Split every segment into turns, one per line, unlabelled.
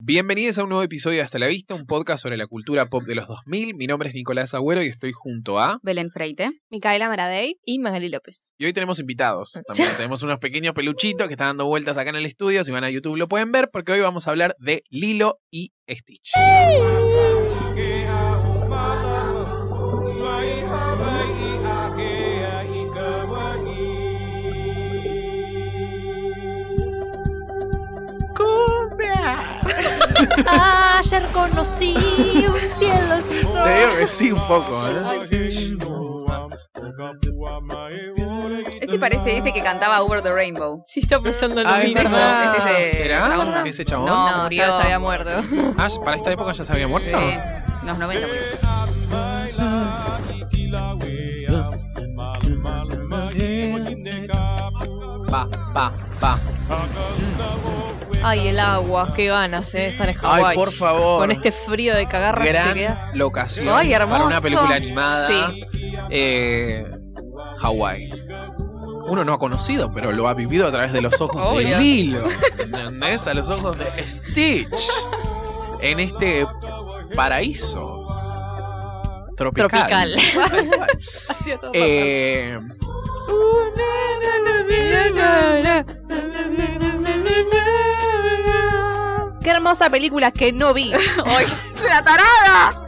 Bienvenidos a un nuevo episodio de Hasta la Vista, un podcast sobre la cultura pop de los 2000. Mi nombre es Nicolás Agüero y estoy junto a...
Belén Freite.
Micaela Maradei.
y Magali López.
Y hoy tenemos invitados. También tenemos unos pequeños peluchitos que están dando vueltas acá en el estudio. Si van a YouTube lo pueden ver porque hoy vamos a hablar de Lilo y Stitch.
Ayer conocí un cielo sin sol.
Ah,
que sí, un poco. ¿eh?
Este parece ese que cantaba Over the Rainbow.
Sí, está pensando en lo
Ah,
mismo.
¿es ese?
Es ese- es ese- esa
¿Será?
onda.
¿Ese chabón?
No,
No,
murió.
ya se había muerto.
Ah, ¿para esta época ya se había muerto?
Sí, en Eh, los 90. murió.
Pa, pa, pa.
Ay, el agua, qué ganas, eh, de estar en Hawái.
Ay, por favor.
Con este frío de cagarra se queda.
Gran locación
Ay, hermoso.
para una película animada.
Sí.
Eh, Hawái. Uno no ha conocido, pero lo ha vivido a través de los ojos de
Obvio.
Lilo. ¿Entendés? A los ojos de Stitch. En este paraíso tropical.
Tropical.
Tal cual. Eh,
Qué hermosa película que no vi.
¡Ay, es una tarada!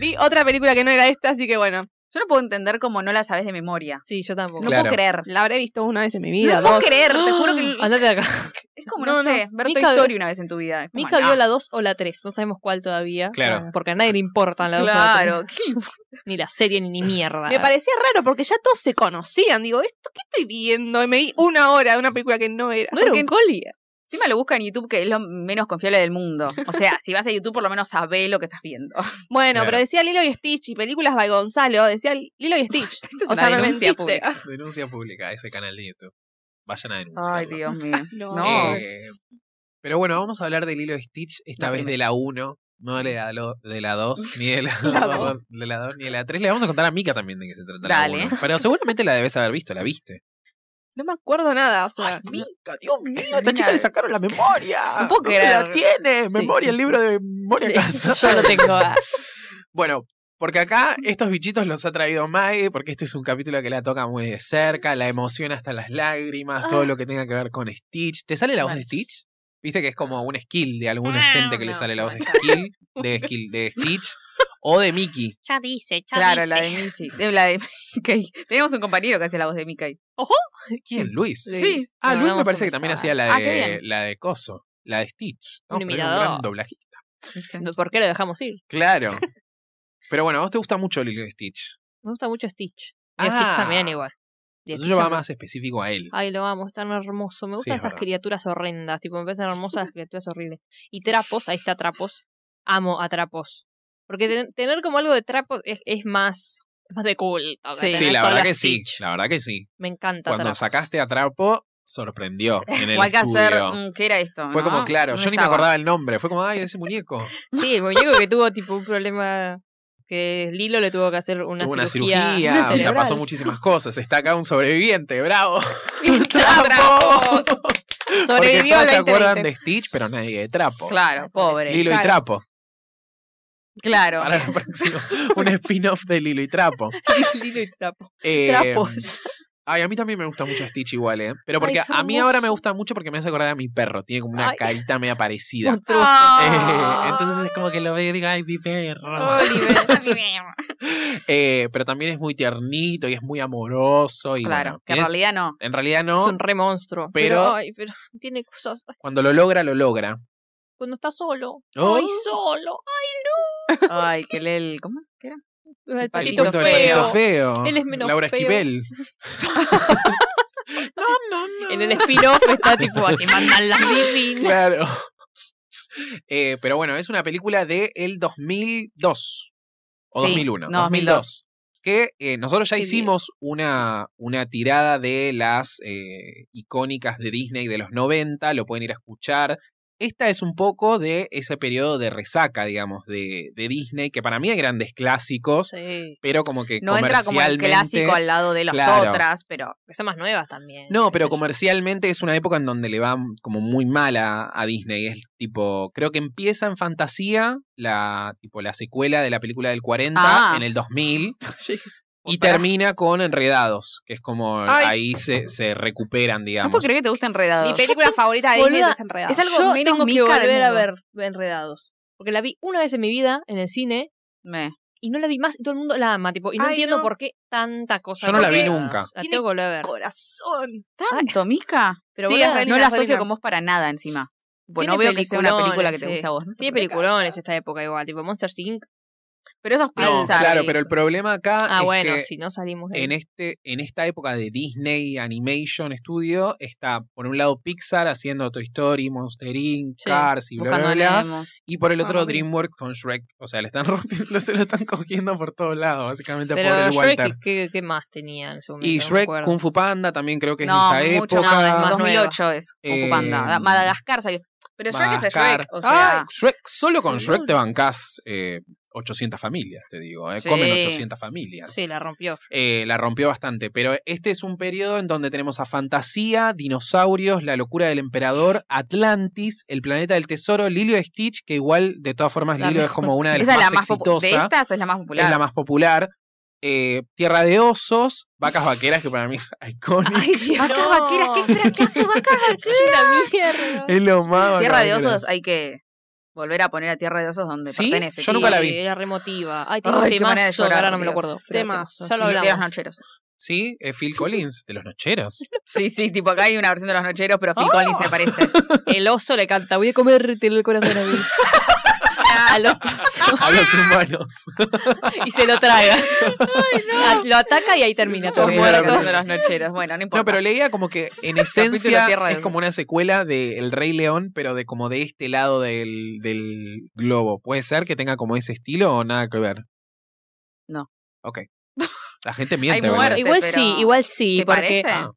Vi otra película que no era esta, así que bueno,
Yo no puedo entender cómo no la sabes de memoria.
Sí, yo tampoco.
No
Claro.
puedo creer.
la habré visto una vez en mi
No
vida.
puedo
dos.
creer, te juro que
Ah, Andate de acá.
es como, no,
No, no.
sé, ver tu
Mica-
historia una vez en tu vida. Es como,
Mika
no.
vio la 2 o la 3, no sabemos cuál todavía.
claro.
Porque a nadie le importan la 2 o la
Claro,
3. Ni la serie ni, ni mierda.
Me parecía raro porque ya todos se conocían. Digo, ¿esto qué estoy viendo? Y me vi una hora de una película que no era.
No era
porque-
un coli.
encima lo busca en YouTube, que es lo menos confiable del mundo. O sea, si vas a YouTube, por lo menos sabé lo que estás viendo.
Bueno,
Claro.
pero decía Lilo y Stitch y películas by Gonzalo. Decía Lilo y Stitch.
Esto es
o
una
sea, me
denuncia
mentiste.
pública.
Denuncia pública, ese canal de YouTube. Vayan a denunciar.
Ay, Dios mío.
No.
No.
Eh, pero bueno, vamos a hablar de Lilo y Stitch, esta
La
vez de la 1, no de la, lo- de la 2, ni de la,
La dos.
perdón, de la 2, ni de la 3. Le vamos a contar a Mika también de qué se trata
Dale.
la 1. Pero seguramente la debes haber visto, la viste.
No me acuerdo nada. O sea, no-
Mika, Dios mío,
esta Mira. chica le
sacaron la memoria.
No puedo ¿Dónde la creer.
tiene?
Memoria, sí, el sí. libro
de memoria
Yo lo tengo. ah.
Bueno, porque acá estos bichitos los ha traído Maggie, porque este es un capítulo que la toca muy de cerca, la emoción hasta las lágrimas, todo lo que tenga que ver con Stitch. ¿Te sale la voz de Stitch? Viste que es como un skill de alguna gente que le
no,
sale la voz de
bueno.
skill, de skill, de Stitch o de Mickey.
Ya dice, ya
Claro,
dice.
la de Missy. De la de Mickey. Tenemos un compañero que hace la voz de Mickey.
¿Quién? Luis.
Luis.
Sí.
Ah,
Le
Luis me
mandamos
parece
un
que también
beso.
hacía la
Ah, qué
de
bien.
la de Coso, la de Stitch.
Un
Vamos a poner
imitador.
gran doblajista.
No, ¿Por qué lo dejamos ir?
Claro. Pero bueno, a vos te gusta mucho Lilo y Stitch.
Me gusta mucho Stitch. Y
Ah.
Stitch también igual. Y Stitch
Yo va
también.
más específico a él.
Ay, lo amo, es tan hermoso. Me
Sí,
gustan
es
esas
verdad.
criaturas horrendas. Tipo, me parecen hermosas las criaturas horribles. Y trapos, ahí está trapos. Amo a trapos. Porque ten- tener como algo de trapos es, es más, es más de culto. que
Sí.
tener
Sí, la
solo
verdad
a
que sí.
Stitch.
La verdad que sí.
Me encanta
cuando
trapos.
sacaste a Trapo, sorprendió en el
O hay que
estudio.
hacer. mm, ¿Qué era esto?
Fue
no?
como, claro,
¿Dónde
yo ni me
estaba?
acordaba el nombre. Fue como, ay, ese muñeco.
Sí, el muñeco que tuvo tipo un problema que Lilo le tuvo que hacer una
Tuvo una
cirugía.
cirugía, o sea,
cerebral.
pasó muchísimas cosas. Está acá un sobreviviente, bravo.
Trapos.
Porque
Sobrevivió
todos
al
se acuerdan
2020.
de Stitch, pero nadie de Trapo.
Claro, pobre.
Lilo y
Claro.
Trapo.
Claro.
Para la próxima. Un spin-off de Lilo y Trapo.
Lilo y trapos.
Eh,
Trapos.
Ay, a mí también me gusta mucho Stitch igual, ¿eh? Pero porque
Ay, es
a mí ahora me
hermoso.
gusta mucho porque me hace acordar a mi perro. Tiene como una
Ay.
carita media parecida.
Un truco.
Eh,
Ah.
entonces es como que lo veo y digo, ay, mi perro.
Oliver.
Eh, pero también es muy tiernito y es muy amoroso. Y
Claro,
bueno,
que en
tienes-
realidad no.
en realidad
Es
no.
un re monstruo.
pero-
Pero, ay, pero tiene cosas. ay,
Cuando lo logra, lo logra.
Cuando está solo.
Oh.
Ay, solo.
Ay, que le el. ¿Cómo? ¿Qué era?
Ay, el
El
patito
cuento
feo.
del patito feo.
Él es menos
Laura
feo.
Esquivel. no, no, no.
En el spin-off está tipo a que mandan las divinas.
Claro. Eh, pero bueno, es una película de el 2002 o
Sí,
2001.
no,
2002. Que eh, nosotros ya
Qué
hicimos una, una tirada de las eh, icónicas de Disney de los 90, lo pueden ir a escuchar. Esta es un poco de ese periodo de resaca, digamos, de, de Disney, que para mí hay grandes clásicos,
Sí.
pero como que
No entra como el
comercialmente-
clásico al lado de las
claro.
otras, pero
Porque son más nuevas también.
No, pero
Eso-
comercialmente es una época en donde le va como muy mal a, a Disney. Es tipo, creo que empieza en fantasía, la, tipo, la secuela de la película del 40
Ah.
en el 2000
Sí.
y
Pará.
termina con Enredados, que es como
Ay.
ahí se, se recuperan,
no
digamos.
puedo creer que te gusta Enredados.
Mi película favorita de Disney
Boluda,
es Desenredada.
es algo
Yo
menos
tengo que
mica del
volver a ver
mundo.
Enredados. Porque la vi una vez en mi vida en el cine
Me-
y no la vi más y todo el mundo la ama, tipo, y no
Ay,
entiendo
no.
por qué tanta cosa.
Yo no la vi
Enredados.
nunca.
La
Tiene
tengo que volver a ver.
Corazón.
¿Tanto, Mica?
Pero
Sí,
boluda,
es re
No
linda,
la
es re
asocio
linda.
con vos para nada encima. Bueno, no
Tiene
veo que sea una película que te
peliculones,
gusta a vos.
tiene peliculones esta época igual, tipo Monster Inc.
Pero esos
No,
piensan.
claro, pero el problema acá
Ah,
es
bueno,
que
si no salimos de
en, este, en esta época de Disney Animation Studio está, por un lado, Pixar haciendo Toy Story, Monster Inc.,
Sí,
Cars y bla,
Buscando
bla,
a
bla.
Nemo.
Y por el otro,
Ah.
DreamWorks con Shrek. O sea, le están rompiendo, se lo están cogiendo por todos lados, básicamente,
Pero
por el
Shrek,
Walter.
¿qué- ¿qué, qué más tenía en ese momento?
Y
No me
Shrek,
acuerdo.
Kung Fu Panda también creo que es
No,
de esta
mucho
época.
más.
más
2008 es
Eh,
Ocupanda. Madagascar salió. Pero Shrek es el
Madagascar.
Shrek. O sea,
Ay, Shrek, solo con
Sí,
Shrek
no.
te bancás eh, 800 familias, te digo. eh,
Sí.
Comen 800 familias.
Sí, la rompió.
Eh, la rompió bastante. Pero este es un periodo en donde tenemos a fantasía, dinosaurios, la locura del emperador, Atlantis, el planeta del tesoro, Lilo y Stitch, que igual, de todas formas,
La
Lilo es
mejor.
como una de las
esa es la
más
más popu- De
exitosas.
estas es la más popular.
es la más popular. Eh, Tierra de osos, vacas vaqueras, que para mí es icónico.
Vacas
No.
vaqueras, qué fracaso, vacas
Es
vaqueras.
una mierda.
Es lo más
Tierra
bacán
de
que
osos
era.
hay que volver a poner a Tierra de osos donde
¿Sí?
pertenece.
Yo nunca la vi.
Sí, era remotiva. Ay, tiene
Ay,
un
qué manera de
temazo, que
llorar,
ahora no me lo
Dios.
acuerdo. pero
Temazo,
Sí, de
Ya lo
sí,
los
hablamos.
nocheros.
Sí, eh, Phil Collins, de los nocheros.
Sí, sí, tipo acá hay una versión de los nocheros, pero Phil Collins se parece.
El oso le canta, voy a comerte el corazón a mí. Al oso.
A los humanos.
Y se lo traga. A- Lo ataca y ahí termina todo.
Todos
Termina la
muertos de
película.
los nocheros. Bueno, no importa.
No, pero leía como que en
Capítulo
esencia
Tierra de
es
Osos.
como una secuela de El Rey León, pero de como de este lado del, del globo. ¿Puede ser que tenga como ese estilo o nada que ver?
No.
Ok. La gente miente,
Hay
¿verdad?
muerte.
Igual
pero-
sí, igual sí.
¿Te
porque,
parece?
Ah.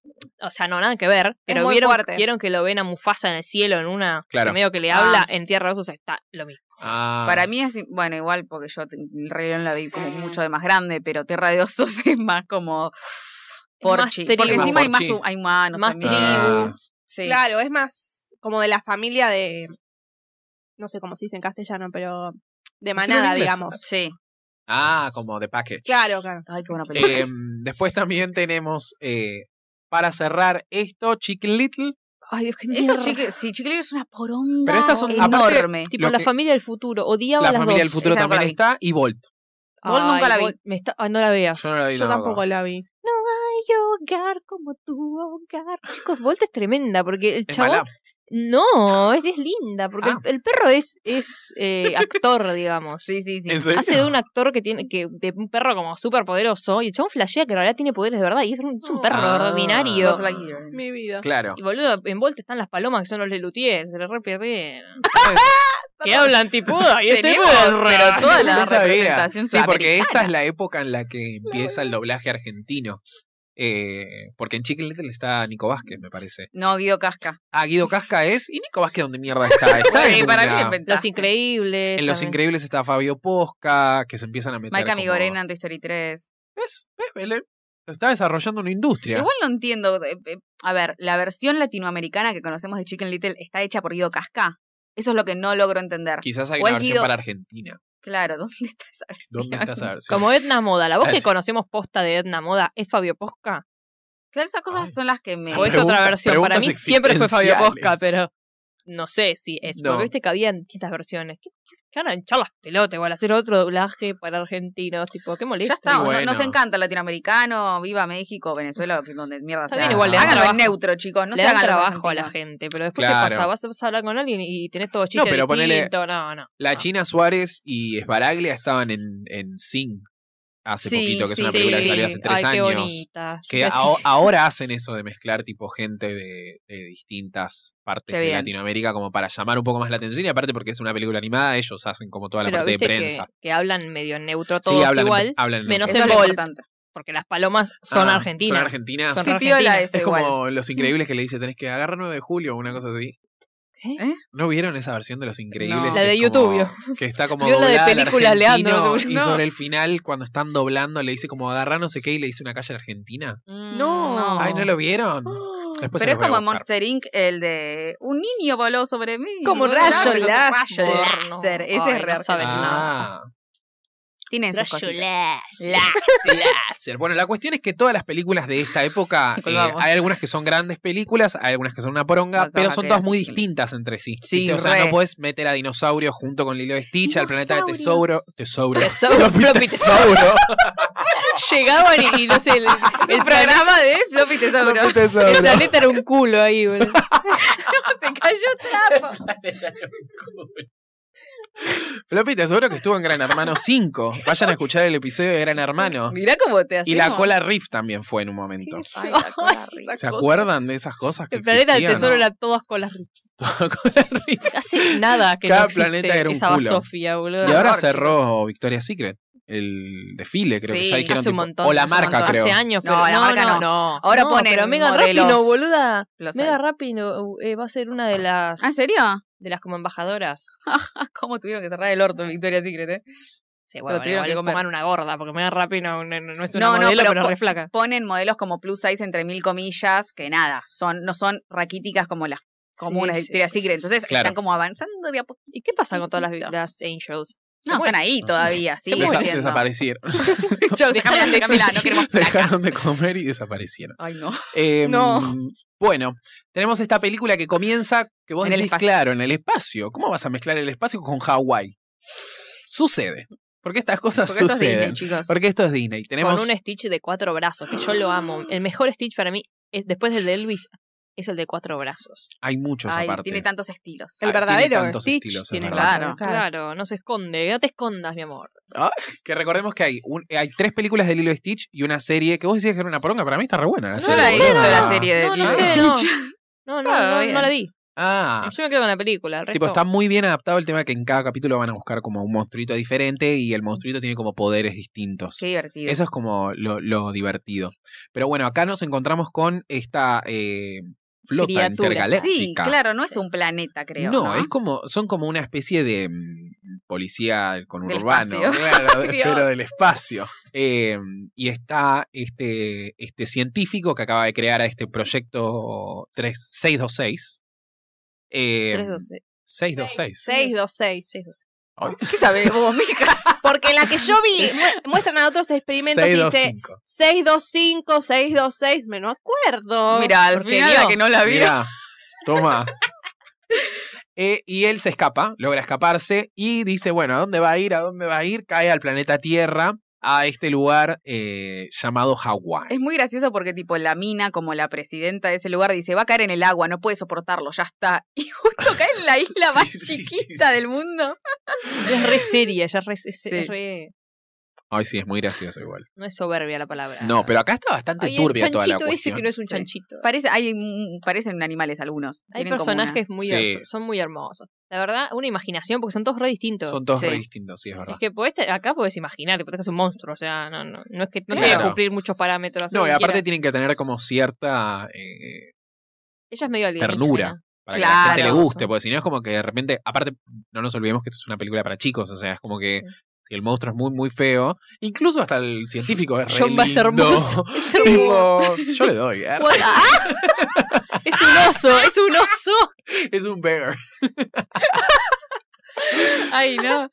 o sea, no, nada que ver. Pero
muy
vieron,
fuerte.
vieron que lo ven a Mufasa en el cielo, en una.
Claro.
que medio que le
Ah.
habla, en Tierra de Osos está lo mismo.
Ah,
Para mí es, bueno, igual porque yo te- el Rey León la vi como mucho de más grande, pero Tierra de Osos es más como porchi.
tribu.
Porque
Es más
encima hay, más,
porchi.
hu- hay humanos
Más
también.
Ah,
Sí.
Claro, es más como de la familia de. No sé cómo se dice en castellano, pero. De manada,
inglés.
digamos.
Sí.
ah, como de package.
Claro, claro.
Ay, qué buena película.
Eh, después también tenemos, eh, para cerrar esto, Chicken Little.
Ay, Dios, qué
Eso, chique, sí, Chiquilín es una poronga
Pero estas son- aparte-
enorme.
Tipo,
Lo
la
que-
familia del futuro. Odiaba
La
las
familia del
dos.
futuro
Esa no
también
la vi.
está. Y Volt.
Vol nunca la vi.
Vol- me está- ay, no la veas.
Yo no la vi
Yo
no me
tampoco
acuerdo.
la vi.
No hay hogar como tu hogar. Chicos, Volt es tremenda porque el
Es
chabón.
mala.
No, es, es linda. Porque el-
Ah.
el, perro es, es eh, actor, digamos.
Sí, sí, sí.
¿En serio?
Hace de un actor que tiene que de un perro como súper poderoso y el chabón flashea que en realidad tiene poderes de verdad y es un, es un perro
Ah.
ordinario.
Buzz Lightyear.
Mi vida.
Claro.
Y boludo, en Volt están las palomas que son los Lelutier, se les re pierden.
Entonces,
que hablan tipo, y este
Tenemos,
perro.
pero toda la
no sabía.
representación
Sí, porque
sudamericana.
esta es la época en la que empieza el doblaje argentino. Eh, porque en Chicken Little está Nico Vázquez, me parece.
No, Guido Casca.
Ah, Guido Casca es. ¿Y Nico Vázquez dónde mierda está? Está
Sí,
en
para mí
una-
lo inventaste.
Los Increíbles.
En Los
también.
Increíbles está Fabio Posca, que se empiezan a meter.
¿eh? Maika
como-
Migorena en Toy Story 3.
Es- eh, Belén, Se está desarrollando una industria.
Igual no entiendo. eh, eh, A ver, la versión latinoamericana que conocemos de Chicken Little está hecha por Guido Casca. Eso es lo que no logro entender.
Quizás hay
o
una
es
versión
Guido-
para Argentina.
Claro, ¿dónde está esa versión?
¿Dónde está esa versión?
Como Edna Moda, la voz
Ay.
que conocemos posta de Edna Moda es Fabio Posca.
Claro, esas cosas
Ay.
son las que me.
Esa
O es
Pregunta-
otra versión. Para mí
preguntas
siempre fue Fabio Posca,
existenciales.
pero no sé si es.
No.
Porque viste que había distintas versiones. ¿Qué- qué- Ya no hinchar las pelotas, igual hacer otro doblaje para argentinos. Tipo, qué molesto.
Ya está, no-
Bueno.
nos encanta el latinoamericano, viva México, Venezuela, que- donde mierda
Está
sea.
bien, igual le dan
Háganlo en
trabajo.
neutro, chicos, no
Le
se
dan
hagan los
trabajo a la
argentinos.
gente, pero después
Claro.
¿qué pasa? ¿Vas, vas a hablar con alguien y, y tenés todo chistes
pero ponele-
distintos. No, no.
La
no.
China Suárez y Esbaraglia estaban en, en Sing. hace
Sí,
poquito, que
sí,
es una
sí,
película
sí.
que salió hace tres
Ay, qué
años.
bonita.
Que
Yo
aho-
casi-
ahora, hacen eso de mezclar tipo gente de, de distintas partes
Qué
de
bien.
Latinoamérica como para llamar un poco más la atención y aparte porque es una película animada ellos hacen como toda la
Pero
parte de
viste que-
prensa.
que, hablan medio neutro
Sí,
todos
hablan, en-
igual,
hablan en
menos
Eso es
inglés.
el
lo
Bolt.
importante.
porque las palomas son
Ah,
argentinas.
Son argentinas.
Son
Sí,
argentinas.
piola
es
eso igual.
como Los Increíbles que le dice tenés que agarrar 9 de julio o una cosa así.
¿Qué?
¿Eh?
¿No vieron esa versión de Los Increíbles?
No.
que
La
de
es como-
YouTube.
Que está como
Vio la de
doblada al
películas, Leandro,
argentino,
seguro.
Y
No.
sobre el final, cuando están doblando, le dice como agarrar no sé qué y le dice una calle argentina.
Mm,
No.
Ay, ¿no lo vieron?
Ah.
Después se
Pero es
los voy a
como
buscar.
Monster Inc. el de un niño voló sobre mí.
Como un rayo
Un
láser.
rayo láser. Ese
Ay,
es
no
real.
saben
Ah,
Tienen sus
Rayo
cositas.
láser.
láser. Bueno, la cuestión es que todas las películas de esta época, eh,
Colgamos.
hay algunas que son grandes películas, hay algunas que son una poronga,
Acá,
pero
acá
son
queda
todas muy
así, chile.
distintas entre sí.
Sí,
¿viste? O sea,
re.
no puedes meter a dinosaurios junto con Lilo y Stitch, al planeta de tesouro.
Dinosaurios.
Tesouro.
Tesouro, floppy
Tesouro.
Llegaban y, y no sé, el, el
El
planeta,
programa de Floppy Tesauro.
Floppy tesouro.
el planeta era un culo ahí, boludo.
Se cayó trapo.
Floppy Tesouro que estuvo en Gran Hermano 5. Vayan a escuchar el episodio de Gran Hermano.
Mirá cómo te hace.
Y la cola Riff también fue en un momento.
Ay, la cola
Esa
rica.
¿Se
cosa.
acuerdan de esas cosas que
El planeta del
existían?
tesoro
¿no?
era todas con las
Cola Riff.
Hace nada que
Cada
no existe
planeta era un
esa
culo.
basofia, boludo.
Y ahora
horror,
cerró Victoria's Secret. El desfile, creo que
Sí,
ya dijeron.
hace un
tipo-
montón.
o la
hace un
marca,
montón.
creo.
Hace años,
No,
pero
la marca no. Ahora ponen
pero Mega
modelos-
Rapino, boluda.
Los
Mega
sabes.
Rapino eh, va a ser una de las
¿Ah, ¿En serio?
de las como embajadoras.
¿Cómo tuvieron que cerrar el orto en Victoria's Secret? eh?
Sí, bueno,
Lo tuvieron
igual
que
es
comer.
comer una gorda, porque Mega Rapino no, no- no es una
No, no,
modelo,
pero
pero,
po-
re flaca.
Ponen modelos como plus size entre mil comillas, que nada, son no son raquíticas como las comunes
Sí,
de
sí,
Victoria's
sí,
Secret.
sí, sí.
Entonces
Claro.
están como avanzando de a poquito.
¿Y qué pasa con todas las, las Angels? Se
No,
mueren.
están ahí
No,
todavía,
se
sí.
mueren.
Desa-
siendo.
desaparecieron.
Dejámela, dejámela, no queremos placas.
Dejaron de comer y desaparecieron.
Ay, no.
Eh,
No.
Bueno, tenemos esta película que comienza, que vos
En el
decís,
espacio.
claro, en el espacio. ¿Cómo vas a mezclar el espacio con Hawái? Sucede. Porque estas cosas
Porque esto es
suceden.
Disney, chicos.
porque esto es Disney. Tenemos
Con un Stitch de cuatro brazos, que yo lo amo. El mejor Stitch para mí, es, después del de Elvis, es el de cuatro brazos.
Hay muchos
Ay,
aparte.
tiene tantos estilos.
Ah,
El
tiene
verdadero
tantos
Stitch
estilos, es
tiene
verdad.
cuatro,
Claro, no se esconde. No te escondas, mi amor.
Que recordemos que hay un- hay tres películas de Lilo y Stitch y una serie que vos decías que era una poronga. Para mí está re buena la
No
Yo
serie.
la he
Sí,
visto
no,
la
no.
serie de
No, no
Lilo y
sé,
Stitch.
no. No, no,
Ah,
no,
bien.
no la vi.
Ah.
Yo me quedo con la película. el
Tipo,
resto-
está muy bien adaptado el tema que en cada capítulo van a buscar como un monstruito diferente y el monstruito tiene como poderes distintos.
Qué divertido.
Eso es como lo, lo divertido. Pero bueno, acá nos encontramos con esta eh, flota
Criaturas.
sí,
intergaláctica.
claro, no es un planeta, creo.
no,
No,
es como, son como una especie de mm, policía con
Del
urbano,
espacio.
claro,
Dios.
pero del espacio. Eh, y está este, este científico que acaba de crear a este proyecto 3, 626. Eh,
3-12.
626.
626.
Ay.
¿Qué sabes vos, mija?
Porque en la que yo vi, mu- muestran a otros experimentos y dice
625.
625, 626, me no acuerdo.
Mira, al
Porque
final
Dios.
la Ah, que no la vi.
Mirá, toma. Eh, y él se escapa, logra escaparse y dice, bueno, ¿a dónde va a ir? ¿A dónde va a ir? Cae al planeta Tierra, a este lugar eh, llamado Hawái.
Es muy gracioso porque, tipo, la mina, como la presidenta de ese lugar, dice: va a caer en el agua, no puede soportarlo, ya está. Y justo cae en la isla
Sí,
más
sí, sí,
chiquita
sí,
del
sí,
mundo.
Es re seria, ya es re, es-
Sí.
es re-
Ay, sí, es muy gracioso igual.
No es soberbia la palabra.
No, pero acá está bastante
Ay, el
turbia
chanchito
toda la
ese
cuestión.
que no es un
Sí.
chanchito.
Parece, hay, mm, parecen animales algunos.
Hay
Tienen como
personajes muy
Sí.
hermosos, son muy hermosos. La verdad, una imaginación, porque son todos re distintos.
Son todos
Sí.
re distintos, sí, es verdad.
Es que podés, acá podés imaginar, porque es un monstruo, o sea, no, no, no es que no te va
Claro.
a cumplir muchos parámetros. hacer
no,
lo
y
que
aparte
quiera.
tienen que tener como cierta... eh,
ella es medio alienígena.
ternura. para que la gente le
Claro.
guste, porque si no es como que de repente, aparte, no nos olvidemos que esto es una película para chicos, o sea, es como que
Sí.
si el monstruo es muy, muy feo, incluso hasta el científico es re
John va a ser
lindo.
hermoso. Es hermoso.
Tipo, yo le doy, eh.
What- ¡Ah! Es un oso, es un oso.
es un bear.
Ay, no.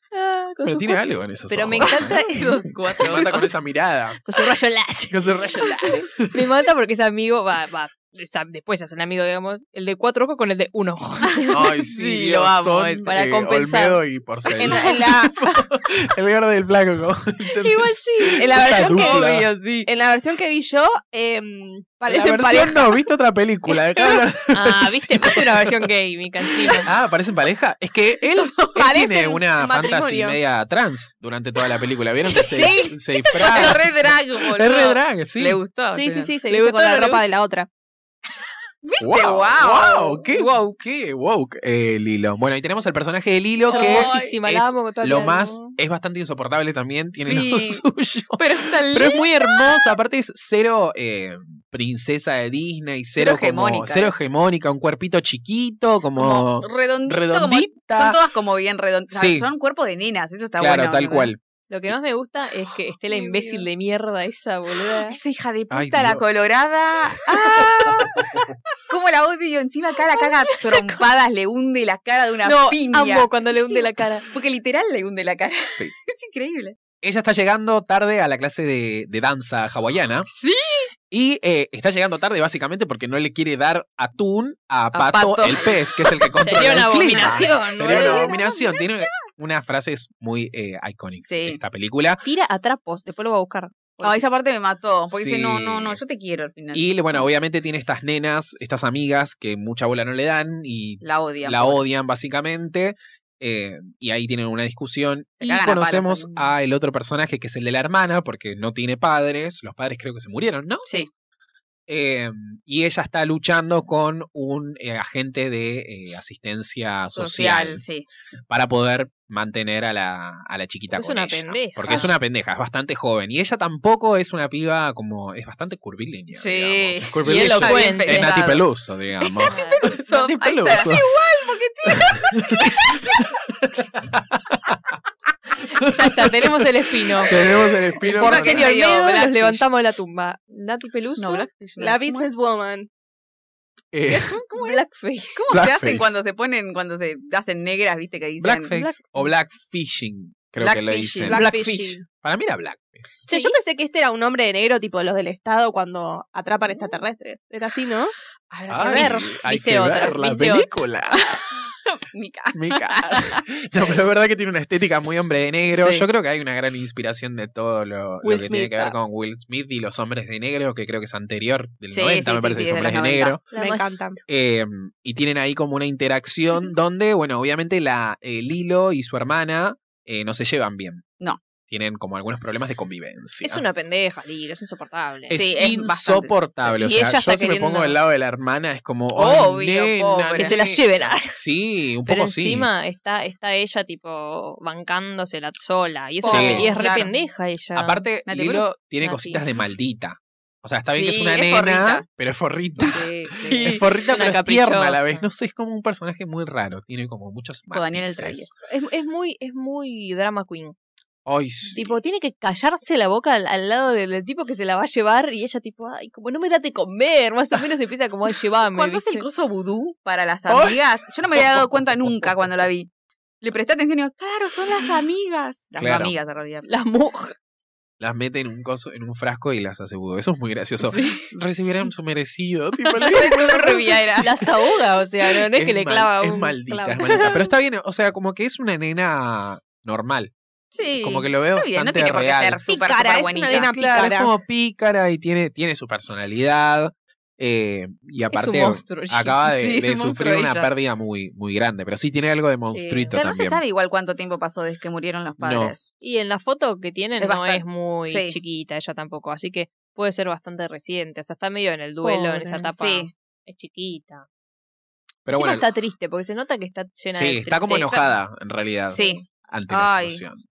Pero tiene algo en esos
Pero me
ojos,
encanta
¿eh?
esos cuatro.
Te mata con esa mirada.
Con su rayo láser.
Con su rayo láser.
Me mata porque es amigo, va, va. sa- después se hacen amigos, digamos, el de cuatro ojos con el de uno ojo.
Ay,
Sí,
sí,
lo
Dios,
amo,
son,
es para
eh,
compensar.
Olmedo y Porcel.
En la, en la-
El verde del flaco. como- ¿entendés?
Igual sí.
en la
Esa
versión que
dupla.
Obvio, sí.
en la versión que vi yo, em,
La
parecen
versión
pareja.
no, viste otra película. Acá hablan-
Ah, viste, viste una versión gay, mi canción.
Ah, parecen pareja. Es que él, él
Parecen
tiene una
matrimonio.
fantasy media trans durante toda la película. ¿Vieron que se,
Sí.
se disfraza?
Ah, re drag, boludo.
Es re drag, sí.
Le gustó.
Sí, sí, sí, se
Le
viste con
gustó,
la
no le
ropa de la otra.
Wow,
wow.
wow, qué wow,
Woke.
qué woke eh, Lilo. Bueno, ahí tenemos el personaje de Lilo
gustó.
que
Hermosísima, la
es
amo con toda
lo
mi
más
alma.
es bastante insoportable también, tiene
Sí.
lo suyo.
Pero está
Pero es muy hermosa, aparte es cero eh, princesa de Disney, cero,
Cero
como-
hegemónica.
cero hegemónica, un cuerpito chiquito, como,
Como redondito, como-
redondita.
son todas como bien redonditas.
Sí.
Son cuerpos de nenas, eso está
claro,
bueno.
tal
¿no?
cual.
Lo que más me gusta es que esté la
Dios
imbécil
mío.
de mierda esa, boluda.
Esa hija de puta,
Ay,
la
Dios.
colorada. ¡Ah! ¿Cómo la odio? Encima acá la caga trompadas, le hunde la cara de una
No,
piña.
amo cuando le hunde
Sí.
la cara.
Porque literal le hunde la cara.
Sí.
Es increíble.
Ella está llegando tarde a la clase de, de danza hawaiana.
Sí.
Y eh, está llegando tarde básicamente porque no le quiere dar atún a
A
Pato,
Pato.
el pez, que es el que controla
Sería una
el clima.
abominación,
Sería una
boludo.
abominación. Tiene unas frases muy eh, icónicas
Sí.
de esta película.
Tira a trapos, después lo va a buscar.
Ah, esa parte me mató. Porque
Sí.
dice, no, no, no, yo te quiero al final.
Y bueno, obviamente tiene estas nenas, estas amigas que mucha bola no le dan y
la odia.
la
pobre.
odian básicamente. eh, y ahí tienen una discusión.
Se
Y
cagan a palos
conocemos
también.
a el otro personaje que es el de la hermana, porque no tiene padres. Los padres creo que se murieron, ¿no?
Sí.
Eh, y ella está luchando con un eh, agente de eh, asistencia social,
Social, sí.
para poder mantener a la, a la chiquita
Es
con
una
ella.
pendeja.
Porque es una pendeja, es bastante joven. Y ella tampoco es una piba como. Es bastante curvilínea.
Sí.
digamos. Es
Y él
curvilínea.
lo
Está bien
cuenta.
Es Nati
pensado.
Peluso, digamos.
Peluso.
Nati
Ahí está.
Peluso.
Ya está, tenemos el espino.
Tenemos el espino.
Por
con-
Porque
Kenny
medio
Olmedo nos
Blackfish.
levantamos de la tumba. Nati Peluso.
No, Blackfish, no.
La
¿Cómo es?
businesswoman.
eh,
Blackface.
¿Cómo se
Blackface.
hacen cuando se ponen, cuando se hacen negras, viste, que dicen.
blackface
Black-
o blackfishing, creo que le
Blackfishing.
dicen.
Blackfish.
Para mí era blackface.
Che, yo pensé que este era un hombre de negro, tipo los del Estado cuando atrapan extraterrestres. Era así, ¿no?
Habrá que
Ay,
ver.
hay
Viste
que
otra,
ver la
viste otra.
película.
Mica.
Mica. No, pero es verdad que tiene una estética muy hombre de negro.
Sí.
Yo creo que hay una gran inspiración de todo lo, lo que
Will
tiene
Smith,
que ver
ah.
con Will Smith y los hombres de negro, que creo que es anterior del
Sí,
90,
sí,
me
sí,
parece,
sí,
que son
es de
hombres de
los
negro.
La
Me
ma-
encantan.
Eh, y tienen ahí como una interacción donde, bueno, obviamente la, eh, Lilo y su hermana eh, no se llevan bien.
No.
Tienen como algunos problemas de convivencia.
Es una pendeja, Lilo, es insoportable.
Es
Sí, es bastante.
insoportable. O
Y
sea,
ella
yo
está
si me pongo
queriendo-
del lado de la hermana es como.
Obvio,
"Ay, nena,
pobre".
que se la
nena".
lleven. ah.
Sí, un
Pero
poco sí.
encima está, está ella, tipo, bancándosela sola. Y, eso,
Sí.
y es re
Claro.
pendeja ella.
Aparte,
Nati
Lilo
Bruce.
tiene
Nati.
cositas de maldita. O sea, está bien que es
Sí,
una
es
nena,
forrita.
pero es forrita.
Sí,
Sí.
Es forrita,
Una
pero es tierna a la
caprichosa.
vez. No sé, es como un personaje muy raro. Tiene como muchos
Tipo Daniel el
matices.
Es, es muy, es muy drama queen.
Ay, sí.
Tipo, tiene que callarse la boca al, al lado del, del tipo que se la va a llevar y ella tipo, ay, como no me date comer, más o menos empieza como a llevarme.
Cuando es el coso vudú para las amigas, yo no me había dado cuenta nunca cuando la vi. Le presté atención y digo, claro, son las amigas. Las no
Claro.
amigas, en realidad.
Las moja.
Las mete en un coso, en un frasco y las hace vudú. Eso es muy gracioso. Recibirán su merecido. tipo, le-
Las ahoga, o sea, no, no es, que le
mal-
clava
es
un
maldita,
clavo.
es maldita. Pero está bien, o sea, como que es una nena normal.
Sí.
Como que lo veo
Está bien, no
bastante
tiene por qué
real.
ser súper,
Pícara,
súper
es una
buenita.
nena
Claro,
pícara.
es como pícara y tiene, tiene su personalidad. eh, y
Es un
aparte
monstruo. G.
acaba de,
Sí, es
de
un monstruo
sufrir una
ella.
pérdida muy, muy grande, pero sí tiene algo de monstruito
Pero no se
también.
sabe igual cuánto tiempo pasó desde que murieron los padres.
Y en la foto que tienen
Es
no
bastante-
es muy
sí.
chiquita ella tampoco, así que puede ser bastante reciente. O sea, está medio en el duelo, en
Pobre.
esa etapa.
Sí.
Es chiquita.
pero bueno,
Encima está triste porque se nota que está llena de
sí, está como
tristeza.
enojada en realidad
Sí.
ante la
Ay.
situación.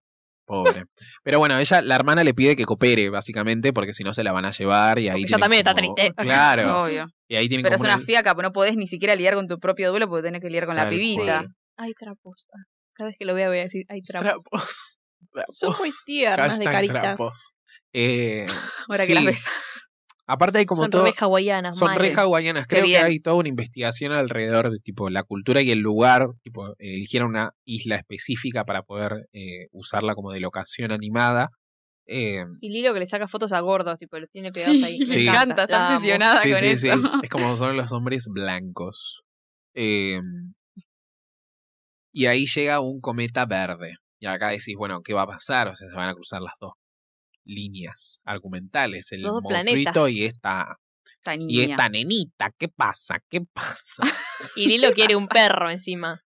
Pobre. Pero bueno, ella, la hermana le pide que coopere, básicamente, porque si no se la van a llevar y ahí.
Porque ella
tienen
también está
como-
triste.
Claro.
Obvio.
Y ahí tienen
Pero es
como
una
una-
fiaca, porque no podés ni siquiera lidiar con tu propio duelo porque tenés que lidiar con la
Tal
pibita.
cual.
Ay, trapos. Ah, Cada vez que lo vea voy a decir, ay, trapos.
Trapos.
Son muy
Trapos.
tiernas de
Hashtag
carita.
trapos. Eh,
Ahora
Sí.
que las ves.
aparte hay como
Son
todo.
re hawaianas,
son
mal.
re hawaianas. Creo que
bien.
hay toda una investigación alrededor de tipo la cultura y el lugar. Tipo, eh, eligieron una isla específica para poder eh, usarla como de locación animada. Eh,
Y Lilo que le saca fotos a gordos, tipo, los tiene pegados
Sí,
ahí.
me
Sí.
encanta,
la
está
amo.
obsesionada
sí,
con
sí, sí.
eso.
Es como son los hombres blancos. Eh, y ahí llega un cometa verde. Y acá decís, bueno, ¿qué va a pasar? O sea, se van a cruzar las dos líneas argumentales, el
Dos
monstruito
planetas.
y esta
Esta niña.
y esta nenita, ¿qué pasa? ¿Qué pasa?
Y Lilo quiere un perro encima.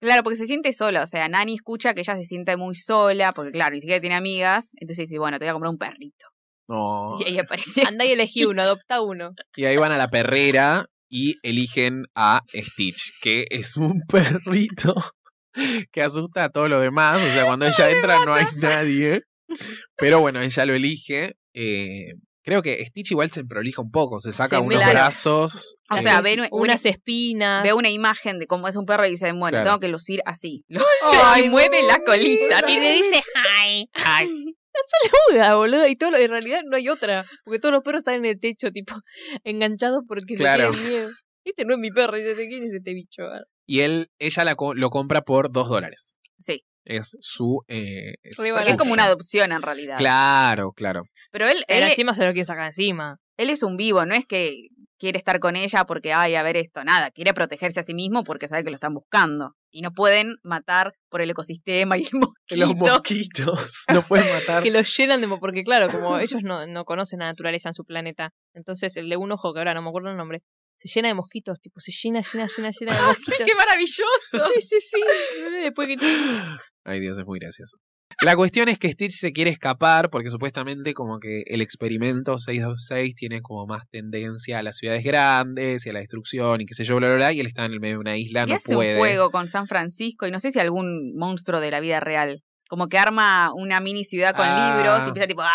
Claro, porque se siente sola. O sea, Nani escucha que ella se siente muy sola, porque claro, ni siquiera tiene amigas. Entonces dice, bueno, te voy a comprar un perrito.
No.
Y ahí aparece.
Andá y elegí uno, adopta uno.
Y ahí van a la perrera y eligen a Stitch, que es un perrito que asusta a todos los demás. O sea, cuando ella entra no hay nadie. Pero bueno, ella lo elige. eh, creo que Stitch igual se prolija un poco, se saca
Sí,
unos
claro.
brazos.
O
eh,
sea, ve una-
Unas espinas.
Ve una imagen de cómo es un perro y dice, bueno,
Claro.
tengo que lucir así.
Ay,
y mueve la colita.
Y le dice, hi. Hi. Saluda, boludo. Y todo lo- en realidad no hay otra. Porque todos los perros están en el techo, tipo, enganchados porque
Claro.
le tienen miedo. Este no es mi perro. Y dice, ¿quién es este bicho?
y él, ella la co- lo compra por dos dólares.
Sí.
Es su. eh, es,
Re
su-
Porque es como una adopción en realidad.
Claro, claro.
Pero él,
Pero
él,
encima se lo quiere sacar encima.
él es un vivo, no es que quiere estar con ella porque, ay, a ver esto, nada. Quiere protegerse a sí mismo porque sabe que lo están buscando. Y no pueden matar por el ecosistema y el mosquito.
Los mosquitos. No pueden matar.
Que lo llenan de... mo- Porque claro, como ellos no, no conocen la naturaleza en su planeta. Entonces el de un ojo, que ahora no me acuerdo el nombre, se llena de mosquitos. Tipo, se llena, llena, llena, llena de mosquitos.
¡Qué maravilloso!
Sí, sí, sí. Después que
Ay, Dios, es muy gracioso. La cuestión es que Stitch se quiere escapar porque supuestamente como que el experimento 626 tiene como más tendencia a las ciudades grandes y a la destrucción y qué sé yo, bla, bla, bla, y él está en el medio de una isla,
Y
no
hace
puede.
un juego con San Francisco y no sé si algún monstruo de la vida real. Como que arma una mini ciudad con
Ah.
libros y empieza tipo "Ah,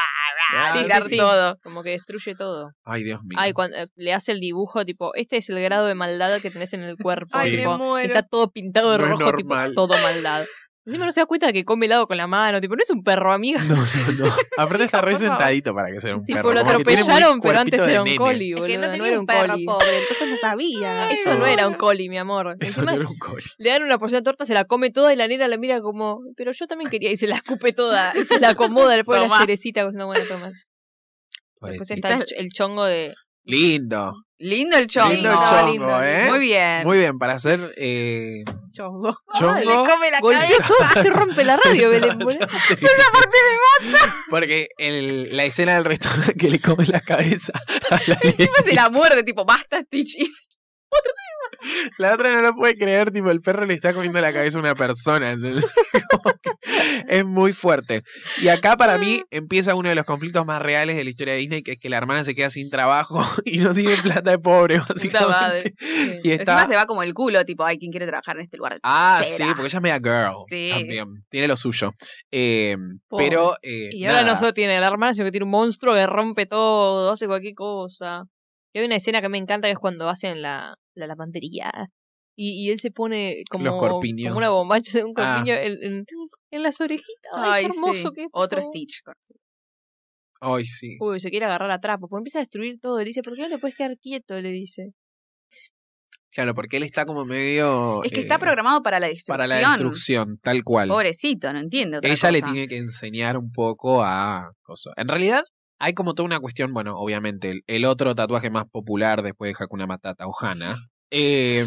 Ah,
a
sí,
tirar
sí, sí.
todo.
Como que destruye todo.
Ay, Dios mío.
Ay, cuando eh, le hace el dibujo, tipo, este es el grado de maldad que tenés en el cuerpo.
Ay,
tipo,
me muero.
Está todo pintado de
No es
rojo, tipo,
normal.
todo maldad. Encima no se da cuenta de que come helado con la mano. Tipo, no es un perro, amiga.
No, no, no. Aparte está re
por favor.
sentadito para que sea un
Tipo,
perro.
lo
como que tiene muy
atropellaron, pero
cuerpito
antes
de
era un
nene.
coli,
Es
boludo.
que no
no
tenía
era
un
un
perro
coli.
pobre, entonces no sabía.
Eso no era un coli, mi amor.
Eso
Encima
no era un coli.
le dan una porción de torta, se la come toda y la nena la mira como, pero yo también quería. Y se la escupe toda. Y se la acomoda, le pone la
Tomá.
cerecita. No, bueno, toma. Después
Pobrecito.
está el, el chongo de.
Lindo.
Lindo el chongo.
Lindo
Lindo,
chongo,
lindo,
¿eh?
Muy bien.
Muy bien, para hacer eh,
Chongo.
Ay,
chongo.
le come la
Golpeó
cabeza.
todo, casi rompe la radio, Belén. boludo.
Porque el- la escena del restaurante que le come la cabeza a la
Encima se la muerde, tipo, basta, Stitch. Y
La otra no lo puede creer, tipo, el perro le está comiendo la cabeza a una persona. ¿entendés? Como que es muy fuerte. Y acá para mí empieza uno de los conflictos más reales de la historia de Disney, que es que la hermana se queda sin trabajo y no tiene plata de pobre, básicamente.
madre.
Sí.
Y
Encima
está...
se va como el culo, tipo, ay, ¿quién quiere trabajar en este lugar?
Ah, sí,
Será.
porque ella es media girl.
Sí.
También. Tiene lo suyo. Eh,
Pobre.
pero... eh,
Y ahora
nada.
no solo tiene la hermana, sino que tiene un monstruo que rompe todo, hace cualquier cosa. Y hay una escena que me encanta que es cuando hacen la, la lavandería. Y, y él se pone como,
Los corpiños.
como una bombacha, un
Ah.
corpiño en, en- en las orejitas. Ay,
Ay,
qué hermoso
sí.
que es, por
Otro
favor.
Stitch.
Ay, sí.
Uy, se quiere agarrar a trapo. Porque empieza a destruir todo. Le dice, ¿por qué no te puedes quedar quieto? Le dice.
Claro, porque él está como medio...
Es que
eh,
está programado para la destrucción.
Para la destrucción, tal cual.
Pobrecito, no entiendo. otra
ella le
cosa.
tiene que enseñar un poco a cosa. En realidad, hay como toda una cuestión, bueno, obviamente, el, el otro tatuaje más popular después de Hakuna Matata o Hana. eh,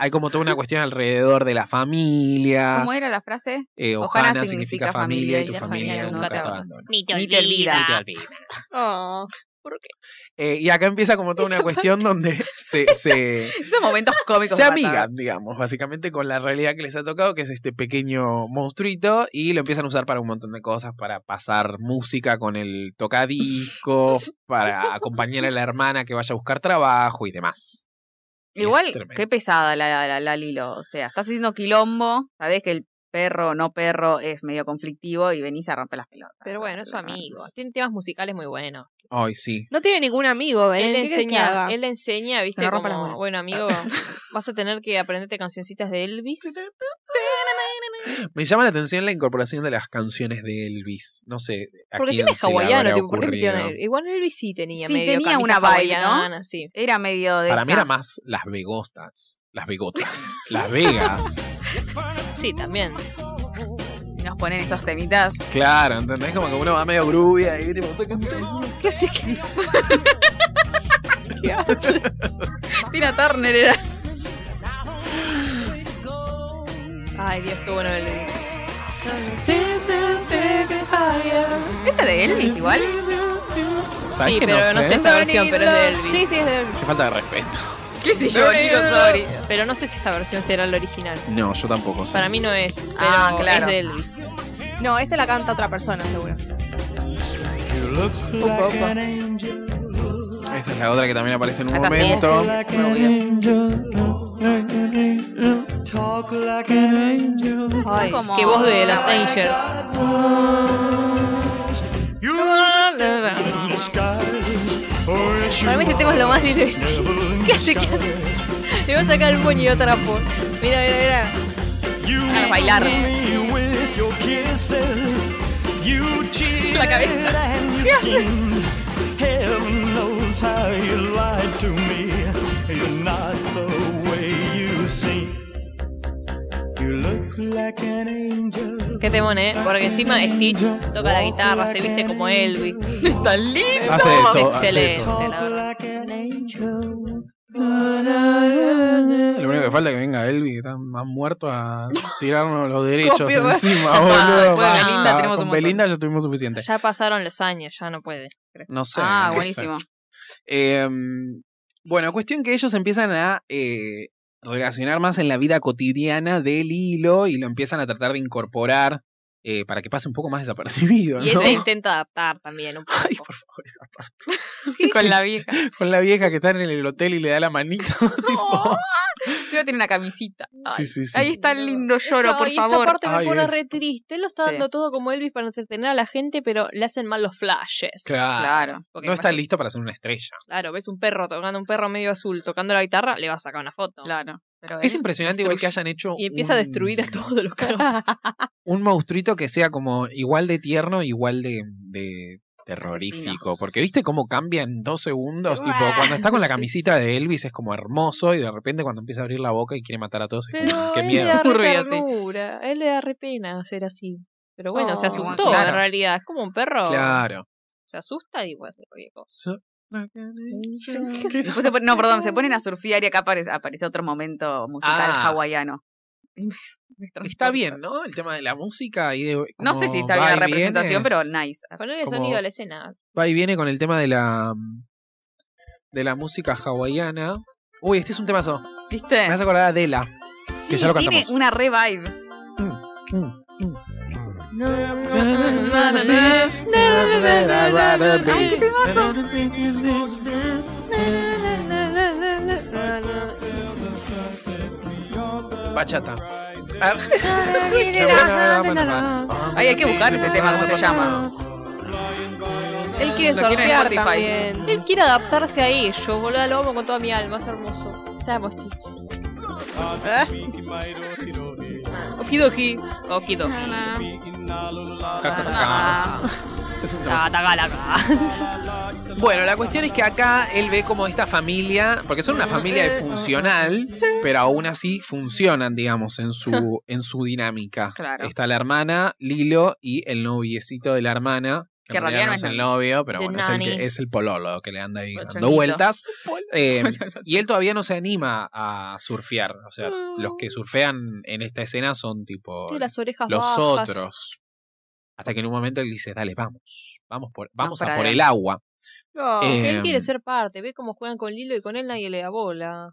hay como toda una cuestión alrededor de la familia.
¿Cómo era la frase?
eh, o
Ohana
Hana significa
significa
familia y tu
familia y la
familia nunca te abandona.
Ni
Ni te olvidas.
Ni te olvida.
Oh, ¿por qué?
Eh, y acá empieza como toda una
Esa
cuestión donde se, se,
Esos momentos cómicos.
se
de
amigan, digamos, básicamente con la realidad que les ha tocado, que es este pequeño monstruito, y lo empiezan a usar para un montón de cosas, para pasar música con el tocadiscos, para acompañar a la hermana que vaya a buscar trabajo y demás. Y es
Igual,
tremendo.
qué pesada la, la, la- la Lilo. O sea, estás haciendo quilombo, sabés que el perro no perro es medio conflictivo y venís a romper las pelotas.
Pero bueno, es su amigo. Tiene temas musicales muy buenos.
Ay, sí.
No tiene ningún amigo, ¿eh?
él
¿Qué
le
querés que haga?
enseña, él le enseña, viste,
no rompa las Ah.
como,
bolas.
bueno, amigo, vas a tener que aprenderte cancioncitas de Elvis.
Me llama la atención la incorporación de las canciones de Elvis. No sé. A
Porque
quién
siempre es
se le
hawaiano,
habrá
tipo, ¿por qué
ocurrido.
metieron a él? Igual Elvis sí tenía
Sí,
medio
tenía
camisa
una vibe, ¿no?
hawaiana, sí.
Era medio de
Para mí
esa.
era más las vegostas. Las vegotas. las vegas.
Sí, también.
Nos ponen estos temitas.
Claro, ¿entendés? Como que uno va medio grubia y tipo,
¿Qué haces que
Tina Turner era.
Ay, Dios, qué bueno el Elvis.
¿Esta de Elvis igual?
¿Sabés
sí,
que
pero
no sé?
no sé esta versión, pero es de Elvis.
Sí, sí, es de Elvis.
Qué falta de respeto.
¿Qué sé yo, chicos? Sorry.
Pero no sé si esta versión será la original.
No, yo tampoco sé.
Para mí no es, pero
Ah, claro.
es de Elvis.
No, este la canta otra persona, seguro.
Opa, opa.
Esta es la otra que también aparece en un
Acá sí.
momento.
Ay,
como-
qué voz de Los Angels.
Ah,
Para mí este tema es lo más divertido. ¿Qué hace? ¿Qué hace? Le va a sacar un moño y otra por. Mira, mira, mira.
A bailar.
La cabeza.
Heaven knows how you lied to me. You're not the way you seem. You look like an angel.
Qué temón, eh. Porque encima Stitch toca la guitarra, se viste como Elvis. Está lindo.
Hace de todo, hace de
Excelente,
todo.
la verdad.
Lo único que falta es que venga Elvi, que está más muerto a tirarnos los derechos
Copyright.
encima,
Ya está,
boludo.
después de
basta.
Belinda tenemos un
Con
montón.
Belinda ya tuvimos suficiente.
Ya pasaron los años, ya no puede.
No sé.
Ah,
no sé.
buenísimo.
Eh, bueno, cuestión que ellos empiezan a eh, relacionar más en la vida cotidiana del hilo y lo empiezan a tratar de incorporar eh, para que pase un poco más desapercibido.
Y
¿no?
ese intenta adaptar también un poco.
Ay, por favor, esa parte.
Con la vieja.
Con la vieja que está en el hotel y le da la manito. tipo.
Yo tiene una camisita.
Sí,
Ay,
sí, sí.
Ahí está el lindo lloro,
Eso,
por
y
favor.
Esta parte me
Ay,
pone re
esto.
triste. Él lo está
Sí.
dando todo como Elvis para entretener a la gente, pero le hacen mal los flashes.
Claro.
Claro.
Porque
no está
imagínate,
listo para ser una estrella.
Claro, ves un perro tocando un perro medio azul tocando la guitarra, le vas a sacar una foto.
Claro. Mm. Pero
Es
él-
impresionante igual que hayan hecho
Y empieza a
un-
destruir a todos los carros.
un monstruito que sea como igual de tierno, igual de, de terrorífico. Porque viste cómo cambia en dos segundos. tipo, cuando está con la camisita de Elvis es como hermoso y de repente cuando empieza a abrir la boca y quiere matar a todos es como, qué
Pero él le da
miedo.
Tú
re
ríete.
ternura, él le da re pena ser así. Pero bueno, se
Oh,
asustó
claro.
en realidad. Es como un perro.
Claro.
Se asusta y puede hacer cualquier cosa.
Después se pone- no, perdón, se ponen a surfear y acá aparece, aparece otro momento musical
Ah.
hawaiano.
Está bien, ¿no? El tema de la música y de,
No sé
como
si está bien la
va y viene-
representación, pero nice.
Ponerle
Como-
sonido a la escena.
Va y viene con el tema de la mm, de la música hawaiana. Uy, este es un temazo.
¿Viste?
Me hace acordar a Adela.
Sí,
ya lo
tiene
cantamos.
una re vibe.
Ay,
qué
temazo. Bachata.
Ay, hay que buscar ese tema, ¿cómo se llama?
Él quiere
Lo tiene en
surfear
Spotify.
también.
Él quiere adaptarse a ello, boludo, lo amo con toda mi alma, es hermoso. Sabemos, tío. Okidoki. Okidoki.
Ah,
Ah. Es un temazo.
Tatagalaga.
Bueno, la cuestión es que acá él ve como esta familia, porque son una familia de funcional, pero aún así funcionan, digamos, en su, en su dinámica.
Claro.
Está la hermana, Lilo, y el noviecito de la hermana. Que
Que
en realidad no es el novio, pero
El
bueno, es el, que-
nani.
es el pololo que le anda ahí
El
dando
chonguito.
vueltas. Eh, y él todavía no se anima a surfear. O sea, los que surfean en esta escena son tipo
Tiene las orejas
los
bajas.
otros. Hasta que en un momento él dice, dale, vamos, vamos, por, vamos
para
a por el
adelante.
agua.
No.
Eh,
Porque él
Em.
Ah, quiere ser parte, ve cómo juegan con Lilo y con él nadie le da bola.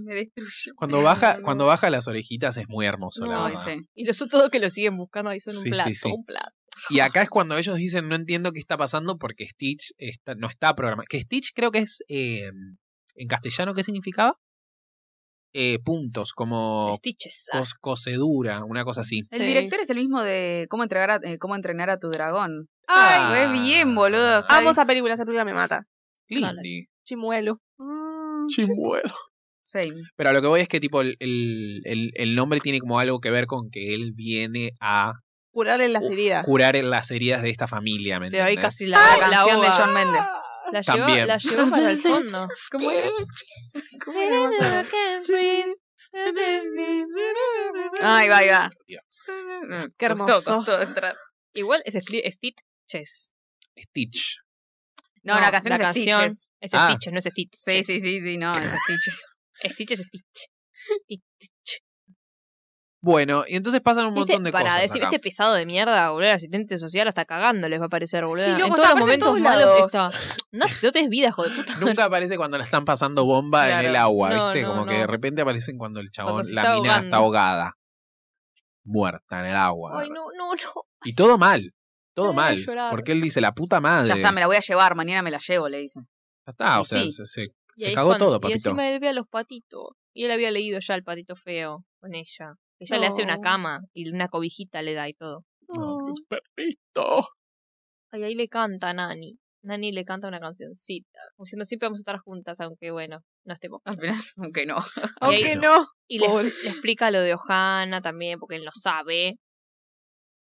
Me destruye.
Cuando baja, cuando baja las orejitas es muy hermoso, la
No,
Ay,
verdad.
sí.
Y los otros que lo siguen buscando ahí son un
Sí, sí,
plato,
sí.
un plato.
Y acá es cuando ellos dicen, no entiendo qué está pasando porque Stitch está, no está programado. Que Stitch creo que es, eh, en castellano, ¿qué significaba? Eh, puntos, como
Stitches. ah.
cos- cocedura, una cosa así.
El
Sí.
director es el mismo de cómo, entregar a- eh, cómo entrenar a tu dragón.
Ah.
re bien, boludo. Está
Amo esa película, esa película me mata.
Lindy.
Chimuelo.
Chimbuelo.
Same.
Pero a lo que voy es que tipo el, el- el- el nombre tiene como algo que ver con que él viene a
Curarle las
Uh,
heridas.
curar las heridas de esta familia, ¿me
Pero ahí
entendés?
casi la,
Ah, La
la
canción de
ova.
John Méndez.
La llevó,
También.
la llevó para el fondo.
¿Cómo era?
¿Cómo era? Ahí va, ahí va.
Dios.
Costó,
Qué hermoso.
costó entrar. Igual es Stitch. Stitches.
Stitch.
No, la canción es Stitches.
es
Ah.
Stitches, no es Stitch.
Sí, sí, sí, sí, no, es Stitches.
Stitch es Stitch. Y-
Bueno, y entonces pasan un
¿Viste?
montón de
Para
cosas.
decir,
acá.
este pesado de mierda, boludo, el asistente social hasta cagando les va a parecer, boludo.
Sí, loco,
en
está,
todos los
aparece en
momentos
todos
malos está.
lados.
No, no tenés vida, hijo de puta.
Nunca aparece cuando la están pasando bomba
Claro.
en el agua,
No,
¿viste?
no,
Como que
no.
de repente aparecen cuando el chabón,
Cuando se
la
está
mina está
ahogando.
ahogada. Muerta en el agua.
Ay, no, no, no.
Y todo mal. Todo
Ay, voy a
mal.
llorar.
Porque él dice, la puta madre.
Ya está, me la voy a llevar, mañana me la llevo, le dicen.
Ya está, o
Y
sea,
sí.
se, se-
Y
se
ahí es
cagó
cuando-
todo,
Y
papito.
encima él ve a los patitos. Y él había leído ya el patito feo con ella. Ella le hace una
No.
cama y una cobijita le da y todo. ¡Ah!
No, es perrito.
Y ahí le canta a Nani. Nani le canta una cancioncita. Como diciendo, siempre vamos a estar juntas, aunque bueno, no estemos.
Al final, aunque no.
Y
Aunque
ahí-
no.
Y le,
Pobre.
le explica lo de Ohana también, porque él no sabe.